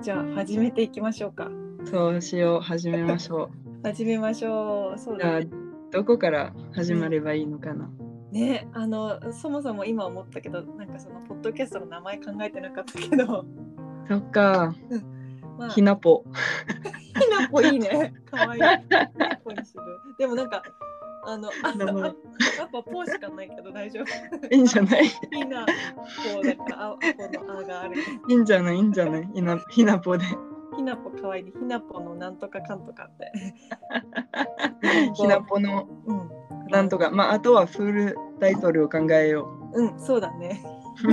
じゃあ始めていきましょうか。そうしよう、始めましょ。始めましょう。そううじゃだあね。、どこから始まればいいのかな。ね、あのそもそも今思ったけど、なんかそのポッドキャストの名前考えてなかったけど、 そっか、まあ、ひなぽ。ひなぽいい ね。かわいい。ひなぽにする。でもなんかあのあ名前あやっぱポーしかないけど大丈夫。いいんじゃないひなぽだからあアポのあがある。いいんじゃないいいんじゃないひなひなぽで。ひなぽかわいいね。ひなぽのなんとかかんとかって。 ひなぽのうん。なんとか。まあ、あとはフルタイトルを考えようん、そうだ ね。や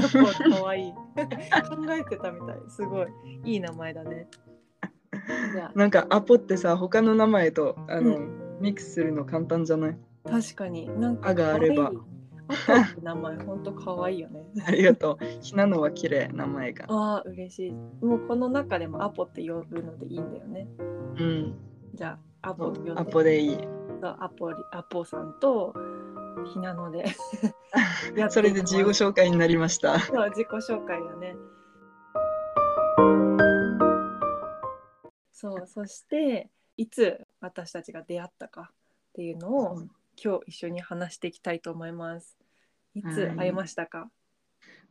っぱ可愛い。考えてたみたい。すごい。いい名前だね。じゃう。なんか、アポってさ、他の名前とあの、うミックスするの簡単じゃないあ確かに。なんかあがあれば可愛い。あと名前ほんと可愛いよね。ありがとう。ひなのは綺麗、名前が。ああ、嬉しい。もうこの中でもアポって呼ぶのでいいんだよね。うん。じゃあ、アポそ呼んでうアポでいい。そうアポリアポさんとひなの でやっていきます。それで自己紹介になりました。そう自己紹介だね。そうそしていつ私たちが出会ったかっていうのを今日一緒に話していきたいと思います。いつ会いましたか、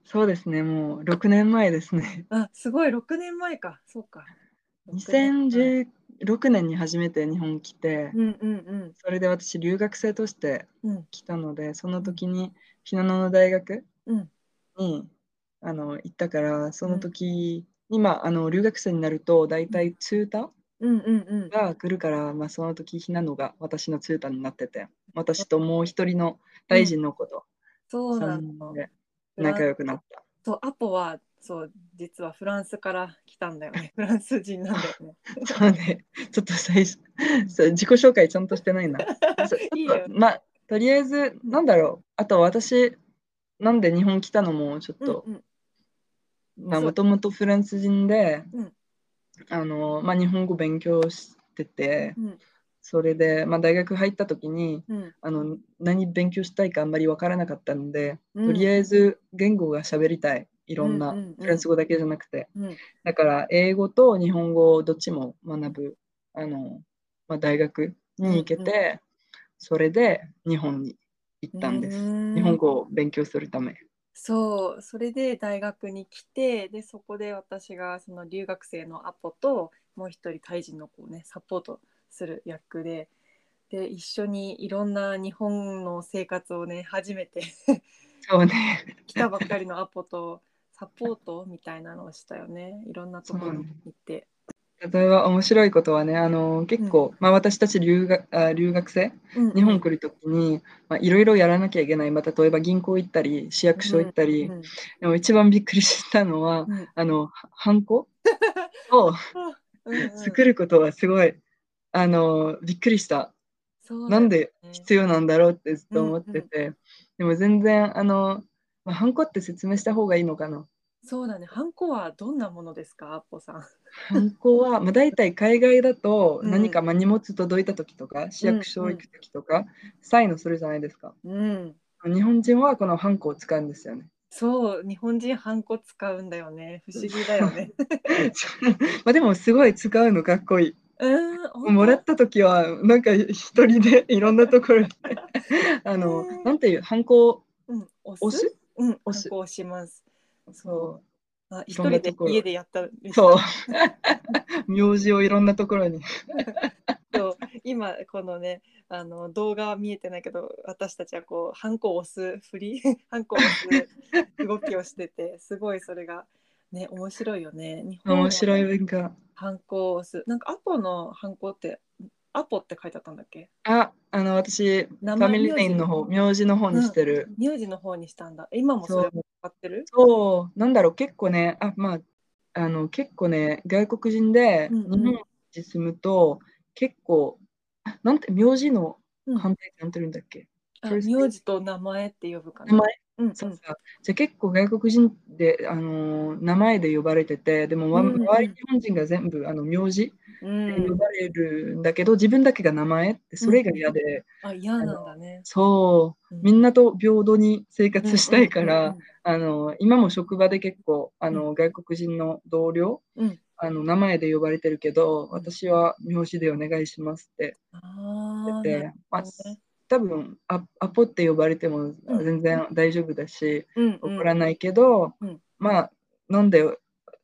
そうですね、もう6年前ですね。あすごい6年前かそうか。 2016年に初めて日本来て、うんうんそれで私留学生としてうんうん来たのでその時に信濃の大学うんにあの行ったからその時、今あの留学生になると大体ツータうんうんうん。が来るから、まあ、その時ひなのが私のツータになってて私ともう一人の大臣のこと、そうな三の人。で仲良くなった。そうアポはそう実はフランスから来たんだよね。フランス人なんだよ ね。そうね、ちょっと最初、そう自己紹介ちゃんとしてないな。そう いいよまあ、とりあえず、なんだろう、あと私、なんで日本来たのも、ちょっと、うんうんまあ、そうもともとフランス人で、うんあの、まあ、日本語勉強してて、うんそれで、まあ、大学入った時に、うんあの、何勉強したいかあんまりわからなかったので、うん。とりあえず、言語が喋りたい、いろんな、うんうんうんフランス語だけじゃなくて。うんだから英語と日本語どっちも学ぶあの、まあ、大学に行けて、うんうそれで日本に行ったんです、うん日本語を勉強するためそうそれで大学に来てでそこで私がその留学生のアポともう一人タイ人の子をねサポートする役でで一緒にいろんな日本の生活をね初めて そうね 来たばっかりのアポとサポートみたいなのをしたよねいろんなところに行って。例えば面白いことはねあの結構、まあ、私たち留学あ留学生うん日本来るときにまあいろいろやらなきゃいけない、まあ、例えば銀行行ったり市役所行ったり、うんでも一番びっくりしたのは、うんあのは ハンコをうんうん作ることはすごいあのびっくりした。そうだなよんねで必要なんだろうってずっと思ってて、でも全然あの、まあ、ハンコって説明した方がいいのかな。そうだねハンコはどんなものですかアポさん。ハンコは、まあ、大体海外だとうん何か、まあ、荷物届いた時とか市役所行く時とか、サインをするじゃないですか。うん日本人はこのハンコを使うんですよね。そう日本人ハンコ使うんだよね不思議だよ ね。まあでもすごい使うのかっこいい。うんもらった時はなんか一人でいろんなと ころであのねえなんていうハンコをうん、押す押すうん、押ハすンコ押します。そあい一ろん人なでところ家でやったんうですそう 名字をいろんなところに そう今このねあの動画は見えてないけど私たちはこうハンコを押す振り ハンコを押す動きをしててすごいそれがね面白いよね。日本は面白い文化。ハンコを押すなんかアポのハンコってアポって書いてあったんだっけあ、あの私、フ名ァ前ミリーネイムの方、名字の方にしてる。名字の方にしたんだ。今もそそれう使、ってるそう、なんだろう、結構ね、あ、まあ、あの、結構ね、外国人でう日んうん本に住むと、結構、あなんて、名字のうん反対ってなんて言うんだっけ、あそうです名字と名前って呼ぶかな。名前うんうん、そうそうじゃあ結構外国人で、あのー名前で呼ばれてて、でも、わうんうん周り日本人が全部、あの、名字うん呼、ばれるんだけど、自分だけが名前ってそれが嫌で、あ嫌なんだね。そうみんなと平等に生活したいから、うんあの今も職場で結構あの、外国人の同僚、うんあの名前で呼ばれてるけど、私は日本詞でお願いしますってうんうんうん、あー言ってなてる、まあほどね多分アアポって呼ばれてもうん全然大丈夫だし、うんうん怒らないけど、うんまあなんで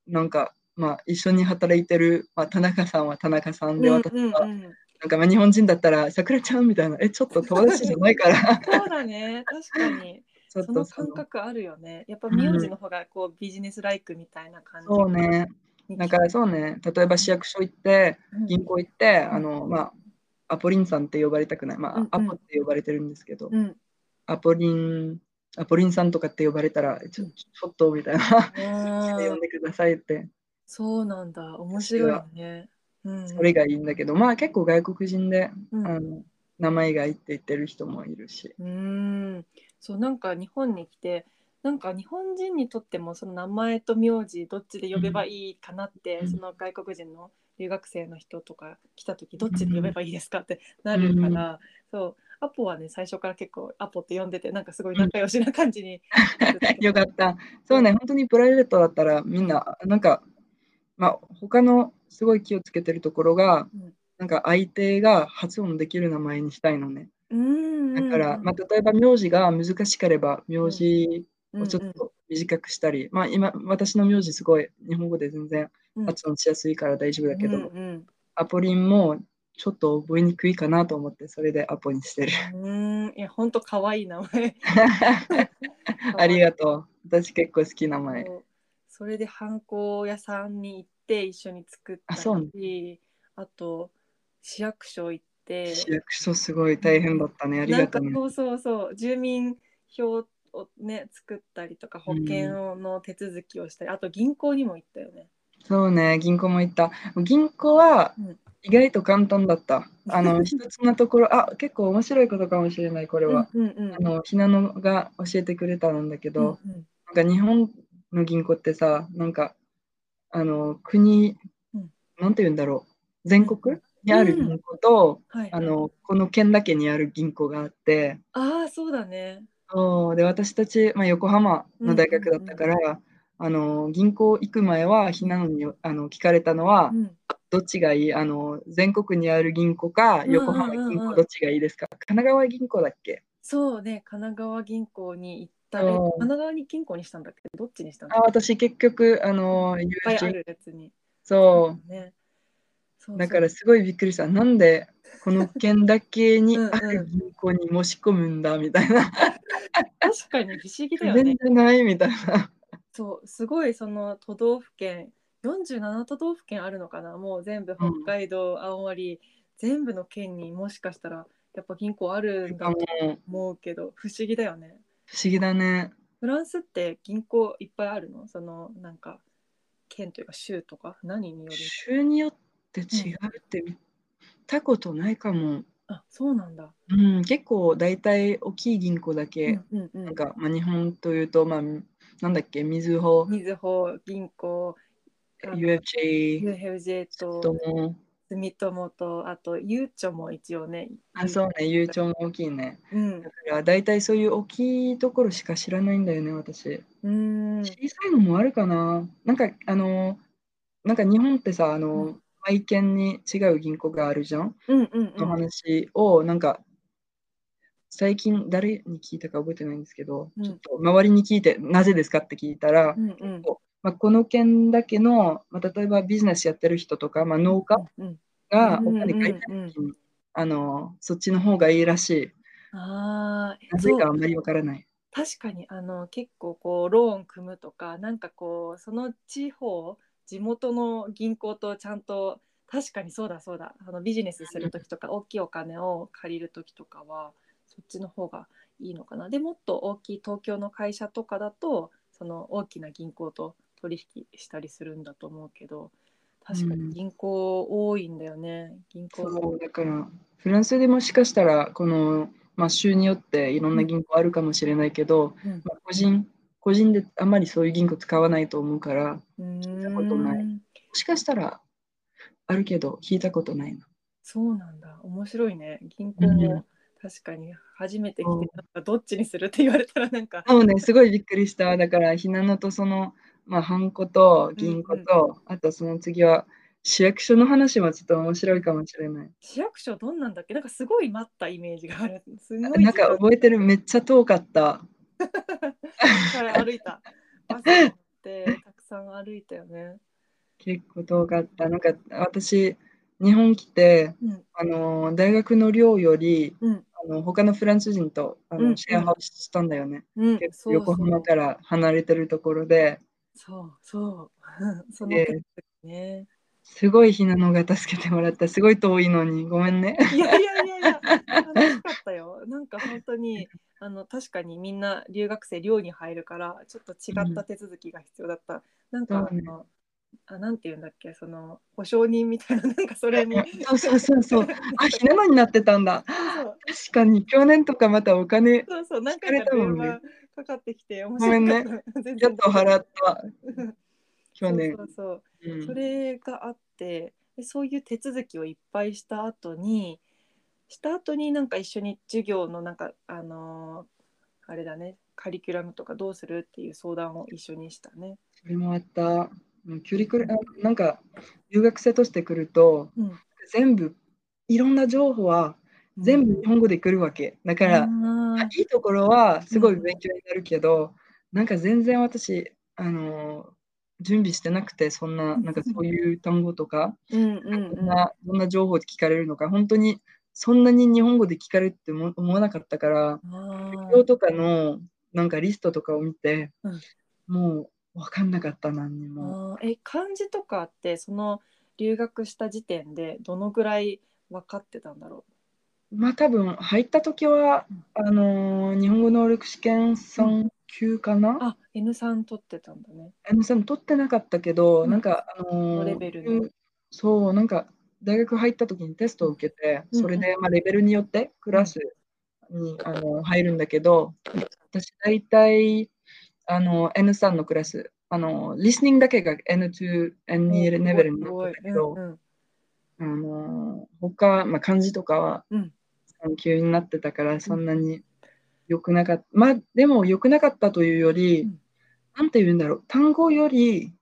なんか、まあ、一緒に働いてる、まあ、田中さんは田中さんで、私うんうんはうんなんかまあ日本人だったらさくらちゃんみたいなえちょっと友達じゃないからそうだね確かに ちょっそとの そ感の覚あるよねやっぱうん名字の方がこうビジネスライクみたいな感じそうねだからそうね例えば市役所行ってうん銀行行ってあのまあアポリンさんって呼ばれたくない、まうんうあん、アポって呼ばれてるんですけど、うんアポリンアポリンさんとかって呼ばれたらちょうんちょっとみたいなあ呼ーんでくださいってそうなんだ面白いよねうんそれがいいんだけどまあ結構外国人で、うんあの名前がいいって言ってる人もいるし、うーんそうなんか日本に来てなんか日本人にとってもその名前と名字どっちで呼べばいいかなって、うんその外国人の留学生の人とか来た時どっちで呼べばいいですかってなるから、そうアポはね最初から結構アポって呼んでてなんかすごい仲良しな感じに、 よかったそうね本当にプライベートだったらみんななんかまあ他のすごい気をつけてるところがうんなんか相手が発音できる名前にしたいのね。うーんだから、またあ、例えば名字が難しければ名字をちょっと短くしたり、まあ、今私の名字すごい日本語で全然うん発音しやすいから大丈夫だけど、うんうんアポリンもちょっと覚えにくいかなと思ってそれでアポ にしてる。うーんいや本当可愛い 名前ありがとう。私結構好きな名前。そうそれでハンコ屋さんに行って一緒に作ったあそうなしあと市役所行って市役所すごい大変だったね。ありがとうなんねか。そうそうそう住民票をね作ったりとか保険の手続きをしたり、あと銀行にも行ったよね。そうね、銀行も行った。銀行はうん意外と簡単だった。あの、一つのところ、あ、結構面白いことかもしれない、これは。うんうんあのひなのが教えてくれたんだけど、うんうんなんか日本の銀行ってさなんかあの国、うんなんて言うんだろう全国にある銀行と、はい、あのこの県だけにある銀行があってああそうだね。そうで私たち、まあ、横浜の大学だったから、あの銀行行く前はひなのにあの聞かれたのは、うんどっちがいいあの全国にある銀行かうんうんうんうん横浜銀行どっちがいいですか、神奈川銀行だっけそうね神奈川銀行に行ったりそう神奈川銀行にしたんだっけどどっちにしたんだあっ私結局あの友けいっぱいあ人るやつに。そね。そうう。だからすごいびっくりした。なんでこの県だけにうんうんある銀行に申し込むんだみたいな。確かに不思議だよ全ね然。ないみたいな。そうすごいその都道府県47都道府県あるのかなもう全部北海道、青森全部の県にもしかしたらやっぱ銀行あるんだあのと不思思うけど不思議だよね。議だね。フランスって銀行いっぱいあるのそのなんか県というか州とか何による州によって違うって見たことないかも。あそうなんだ。うん、結構大体大きい銀行だうけ、んうんうなんん。か、まあ、日本というと、まあ、なんだっけ、みずほ、みずほ銀行あの UFJ、 UFJ ととも、住友とあとゆうちょも一応ね。あ、そうね、ゆうちょも大きいね。うんだから大体そういう大きいところしか知らないんだよね、私。うーん小さいのもあるかな。なんかあのなんか日本ってさあの、うん毎県に違う銀行があるじゃん。うんうんうのん話をなんか最近誰に聞いたか覚えてないんですけど、うんちょっと周りに聞いてなぜですかって聞いたら、うんうんまあ、この県だけの、まあ、例えばビジネスやってる人とか、まあ、農家うんがうんお金借りうたんうん時にあのそっちの方がいいらしあい。あなぜそうかあんまりわからない。確かにあの結構こうローン組むとかなんかこうその地方地元の銀行とちゃんと確かにそうだそうだあのビジネスする時とか大きいお金を借りる時とかはそっちの方がいいのかなでもっと大きい東京の会社とかだとその大きな銀行と取引したりするんだと思うけど確かに銀行多いんだよね、銀行そうだからフランスでもしかしたらこの、まあ、州によっていろんな銀行あるかもしれないけど、うんまあ個人個人であんまりそういう銀行使わないと思うからうたことないーんもしかしたらあるけど聞いたことないな。そうなんだ面白いね銀行うんも確かに初めて来てなんかどっちにするって言われたらなんかそうね、すごいびっくりした。だから、ひなのとその、まあ、ハンコと銀行と、あとその次は市役所の話もちょっと面白いかもしれない。市役所どんなんだっけなんかすごい待ったイメージがあるすごい なんか覚えてる、めっちゃ遠かった。から歩いたバス乗 ってたくさん歩いたよね結構遠かった。なんか私、日本来て、うんあの大学の寮より、うんあの他のフランス人とあうのんシェアハウスしたんだよね。うん結そ構う横浜から離れてるところで、そうそうそので時ねすごいひなのが助けてもらった。すごい遠いのに、ごめんね。いやいやいやいや楽しかった よなんか本当にあの確かにみんな留学生寮に入るからちょっと違った手続きが必要だった、なんかあそうねの、あなんていうんだっけその保証人みたいななんかそれ にそうそうそうそう。あ、ひなのになってたんだ。そう確かに去年とかまたお金そうそう何かれ回かたも電んね話かかってきて面ごめん白かねった 全然ちょっと払ったうん去年そ。うそううそう、んそれがあってでそういう手続きをいっぱいした後にした後になんか一緒に授業のなんかあのーあれだねカリキュラムとかどうするっていう相談を一緒にしたね。それもあった。うんキュリクルあなんか留学生として来るとうん、全部いろんな情報は全部日本語で来るわけ。だから、あーいいところはすごい勉強になるけど、なんか全然私あの準備してなくてそんななんかそういう単語とか。うんうんどうんんなどんな情報で聞かれるのか、本当にそんなに日本語で聞かれるって思思わなかったから、あ今日ーとかのなんかリストとかを見て、うんもう分かんなかった、何にも。あーえ漢字とかってその留学した時点でどのぐらい分かってたんだろまあ多分入った時はうん、あのー日本語能力試験3級かうな、あ N3 取ってたんだね。あのさ取ってなかったけど、うんなんか、あのーのレベルのそう、なんか大学入った時にテストを受けて、うんそれで、まあ、レベルによってクラスに、あの入るんだけど、私大体あの N3 のクラス、あのリスニングだけが N2、N2 レベルになったんだけどすごい、うんあの他、まあ、漢字とかはうん3級になってたから、そんなに良くなかった。まあ、でも良くなかったというより、うんなんて言うんだろう、単語より、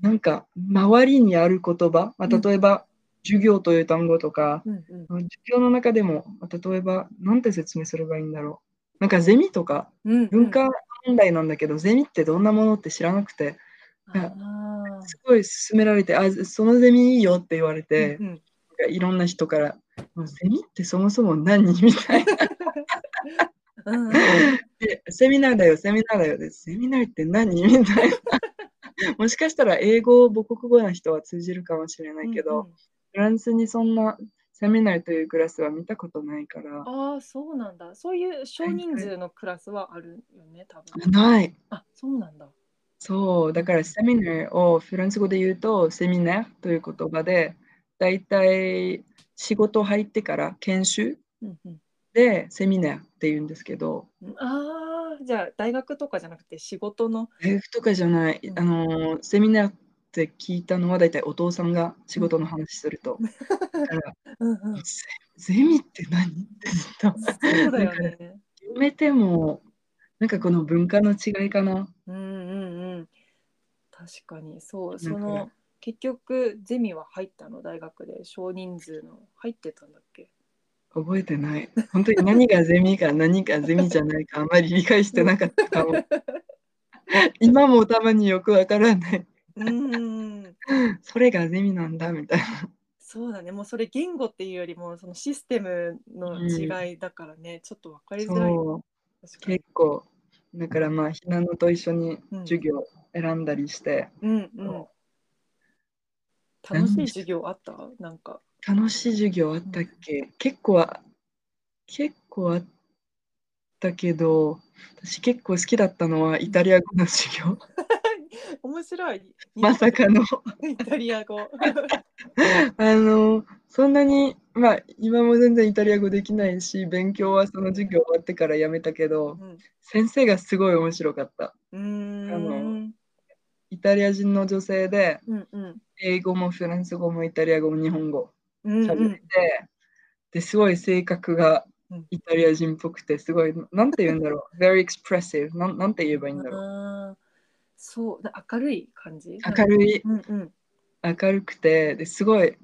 なんか、周りにある言葉、まあ、うん例えば、授業という単語とか、うんうん授業の中でも、まあ例えば、なんて説明すればいいんだろう。なんか、ゼミとか、うんうん、文化問題なんだけど、ゼミってどんなものって知らなくて、あーすごい勧められて、あ、そのゼミいいよって言われて、うんうんなんかいろんな人から、もうゼミってそもそも何みたいな。うん うんでセミナーだよ、セミナーだよ。で、セミナーって何みた いな。もしかしたら英語を母国語な人は通じるかもしれないけど、うんフランスにそんなセミナーというクラスは見たことないから。ああそうなんだそういう少人数のクラスはあるよね多分ない。あそうなんだそう、だからセミナーをフランス語で言うと、セミナーという言葉で、だいたい仕事入ってから研修うんうんでセミナーって言うんですけど、ああじゃあ大学とかじゃなくて仕事の大学とかじゃない、うんあのーセミナーって聞いたのは大体お父さんが仕事の話すると、だからうんうんそゼゼミって何ってずっとうだよね決めてもなんかこの文化の違いかなうんうんうん確かにそうだそからの結局ゼミは入ったの大学で少人数の入ってたんだっけ覚えてない本当に何がゼミか何がゼミじゃないかあんまり理解してなかったか も今もたまによくわからないうんうんうんそれがゼミなんだみたいなそうだねもうそれ言語っていうよりもそのシステムの違いだからね、ちょっと分かりづらいそう確かに結構だからまあひなのと一緒にうん授業選んだりして、うんうん楽しい授業あったなんか楽しい授業あったっけ結構あ結構あったけど私結構好きだったのはイタリア語の授業面白い まさかのイタリ ア語あのそんなにまあ今も全然イタリア語できないし勉強はその授業終わってからやめたけどうん先生がすごい面白かったうーんイタリア人の女性で、うんうん英語もフランス語もイタリア語も日本語うんう喋ってん、ですごい性格がうんイタリア人っぽくて、すごい、なんて言うんだろう、very expressive なん、なんて言えばいいんだろう。あーそうだ明るい感じ明るい、うんうん明るくて、ですごい、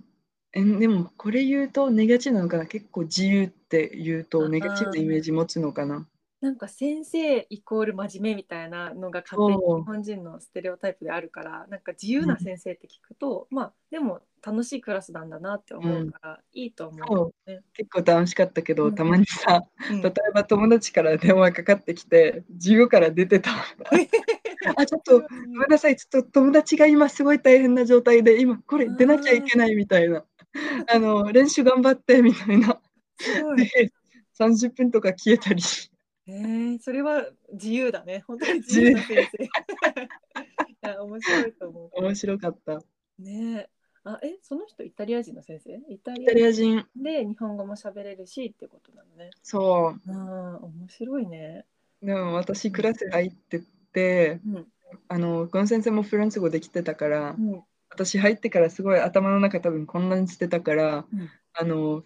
えでもこれ言うとネガチブなのかな結構自由って言うとネガチブなイメージ持つのかななんか先生イコール真面目みたいなのが勝手に日本人のステレオタイプであるからなんか自由な先生って聞くと、まあでも楽しいクラスなんだなって思うから、いいと思う。ね結構楽しかったけうど、んたまにさ、うん例えば友達から電話かかってきて、授業から 出てた。あ、ちょっとごめんなさい、ちょっと友達が今すごい大変な状態で、今これ出なきゃいけないみたいな、あの練習頑張ってみたいな、すごいで30分とか消えたり、えー、それは自由だね本当に自由な先 生。いや面白いと思面白かった。う。ねえあえその人イタリア人の先生イタリイタリアア人、で日本語も喋れるしってことなのね。そうん面白いね。う、でも私、クラス入ってて、うんあのこの先生もフランス語できてたからう、ん私入ってからすごい頭の中多分混乱してたから、うんあの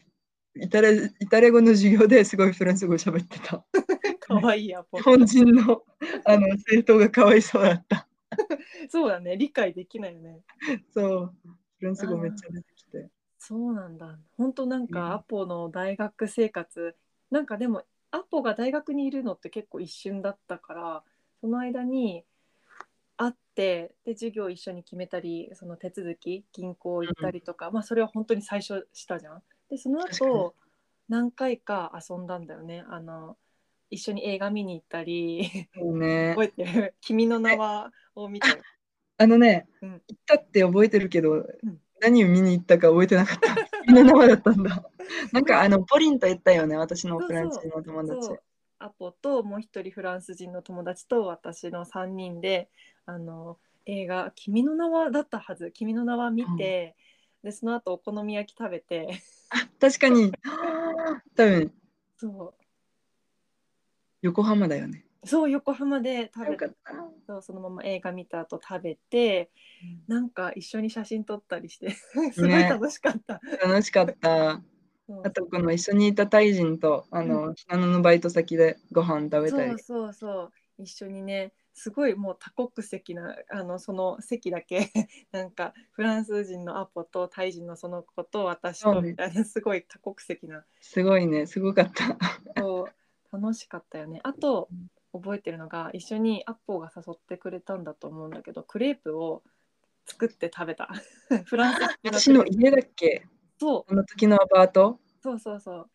イタリアイタリア語の授業ですごいフランス語喋ってた。可愛いいアポ日。本人のあの生徒がかわいそうだった。そうだね、理解できないよね。そう。フランス語めっちゃ出てきて。そうなんだ。本当なんうんかアポの大学生活、なんかでもアポが大学にいるのって結構一瞬だったから、その間に会ってで授業一緒に決めたり、その手続き銀行行ったりとか、まあそれは本当に最初したじゃん。でその確かに後何回か遊んだんだよね。あの一緒に映画見に行ったり、そう ね覚。えてる？ 君の名はを見て。あのね、うん行ったって覚えてるけど、ん何を見に行ったか覚えてなか った。みんな生だったんだ。なんかあの、ポリンと言ったよね、私のそうフランスの友達。そうアポともう一人フランス人の友達と私の3人であの映画「君の名は」だったはず「君の名は」見て、でその後お好み焼き食べて 確かに、 多分そ横浜だよね。うそう横浜で食よべかてった。そうそのまま映画見た後食べてなんか一緒に写真撮ったりして すごいね楽しかった。楽しかった。そうあと、この一緒にいたタイ人と、あの、ひなののバイト先でご飯食べたりそう。そうそう一緒にねすごいもう多国籍なあのその席だけ なんかフランス人のアポとタイ人のその子と私そとうねみたいなすごい多国籍なすごいね、すご かった。そう楽しかったよねあと覚えてるのが一緒にアポが誘ってくれたんだと思うんだけどクレープを作って食べた フランス式クレープ私の家だっけそうあの時のアパートそうそうそう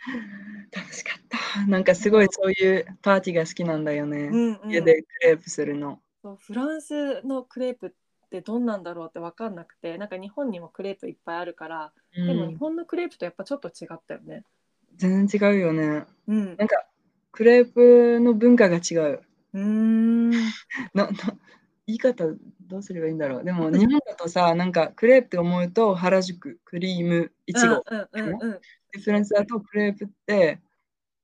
楽しかった。 なんかすごいそういうパーティーが好きなんだよね。うんうん家でクレープするの。そうフランスのクレープってどんなんだろうって分かんなくてなんか日本にもクレープいっぱいあるからうでも日ん、本のクレープとやっぱちょっと違ったよね。全然違うよね。うんな。んかクレープの文化が違う。うーん。なな言い方どうすればいいんだろう。でも日本だとさ、なんかクレープって思うと原宿、クリーム、いちご。うんうんうんうん。でフランスだとクレープって、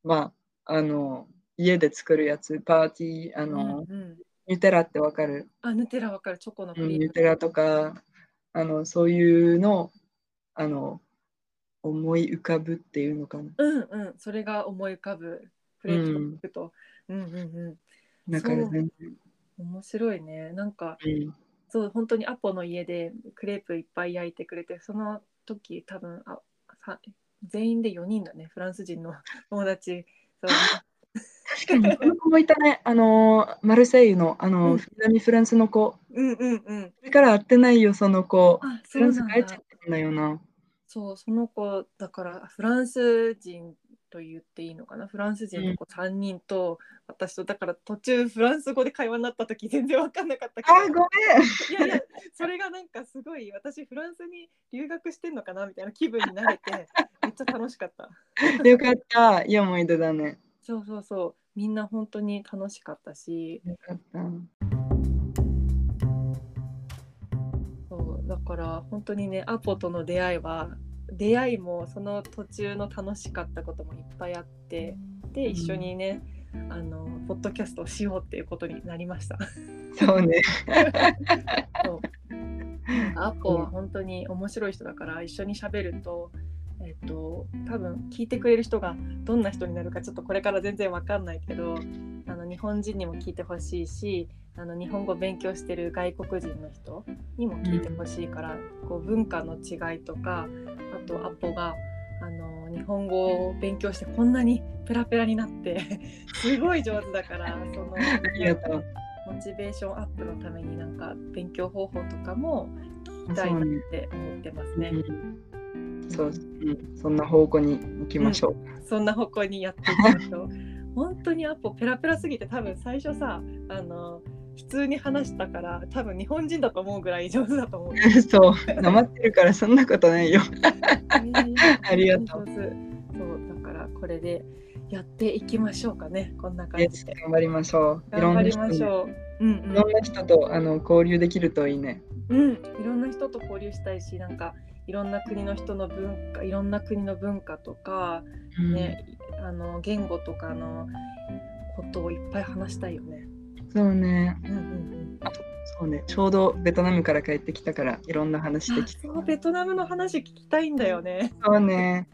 まあ、あの、家で作るやつ、パーティー、あうんの、うん。ニュテラってわかるあヌテラわかるチョコのうクんリニューーテラとかあのそういうのをあの思い浮かぶっていうのかな。ム。うんうん。それが思い浮かぶクレープを聞くと。うんうんうだからそう全然、ん。面白いね。なんかうんそう本当にアポの家でクレープいっぱい焼いてくれてその時多分あさ全員で4人だねフランス人の友達。そう確かにこの子もいたね、あのマルセイユのあの、うん南フランスの子。 うんうんうん。それから会ってないよ、その子。あフそラうンスなん帰っちゃだっ。たんだよな。そう、その子だからフランス人と言っていいのかなフランス人の子3人と私とだから途中フランス語で会話になった時全然分かんなかったけあ、どごいやいやそれがなんかすごい私フランスに留学してんのかなみたいな気分になれてめっちゃ楽しかっためん。よかった。いい思い出だね。そうそうそうみんな本当に楽しかったしよかった。そうだから本当にねアポとの出会いは出会いもその途中の楽しかったこともいっぱいあってでうん一緒にね、あのポッドキャストをしようっていうことになりました。そうね。そうアッコは本当に面白い人だから一緒に喋ると、えっと、多分聞いてくれる人がどんな人になるかちょっとこれから全然わかんないけどあの日本人にも聞いてほしいしあの日本語勉強してる外国人の人にも聞いてほしいから、こう文化の違いとかあとアッポがあの日本語を勉強してこんなにペラペラになって すごい上手だからそのありがとう。モチベーションアップのためになんか勉強方法とかも聞きたいそなうねって思ってますね。うんそう、うん、そんな方向に行きましょう。そんな方向にやっていきましょう。本当にアポペラペラすぎて多分最初さあの普通に話したから多分日本人だと思うぐらい上手だと思 う。そう、なまってるからそんなことないよ。ありがとう。そうだからこれでやっていきましょうかねこんな感よじしで。頑張りましょう。い頑張ろんなり人ましにょう。うん、うんいろんな人とあの交流できるといいね。うん、いろんな人と交流したいしなんかいろんな国の人の文化いろんな国の文化とか、ねあの言語とかのことをいっぱい話したいよね。うんそうね。うんうんそうね。ちょうどベトナムから帰ってきたからいろんな話うでん、あきた。そうベトナムの話聞きたいんだよね。そうね。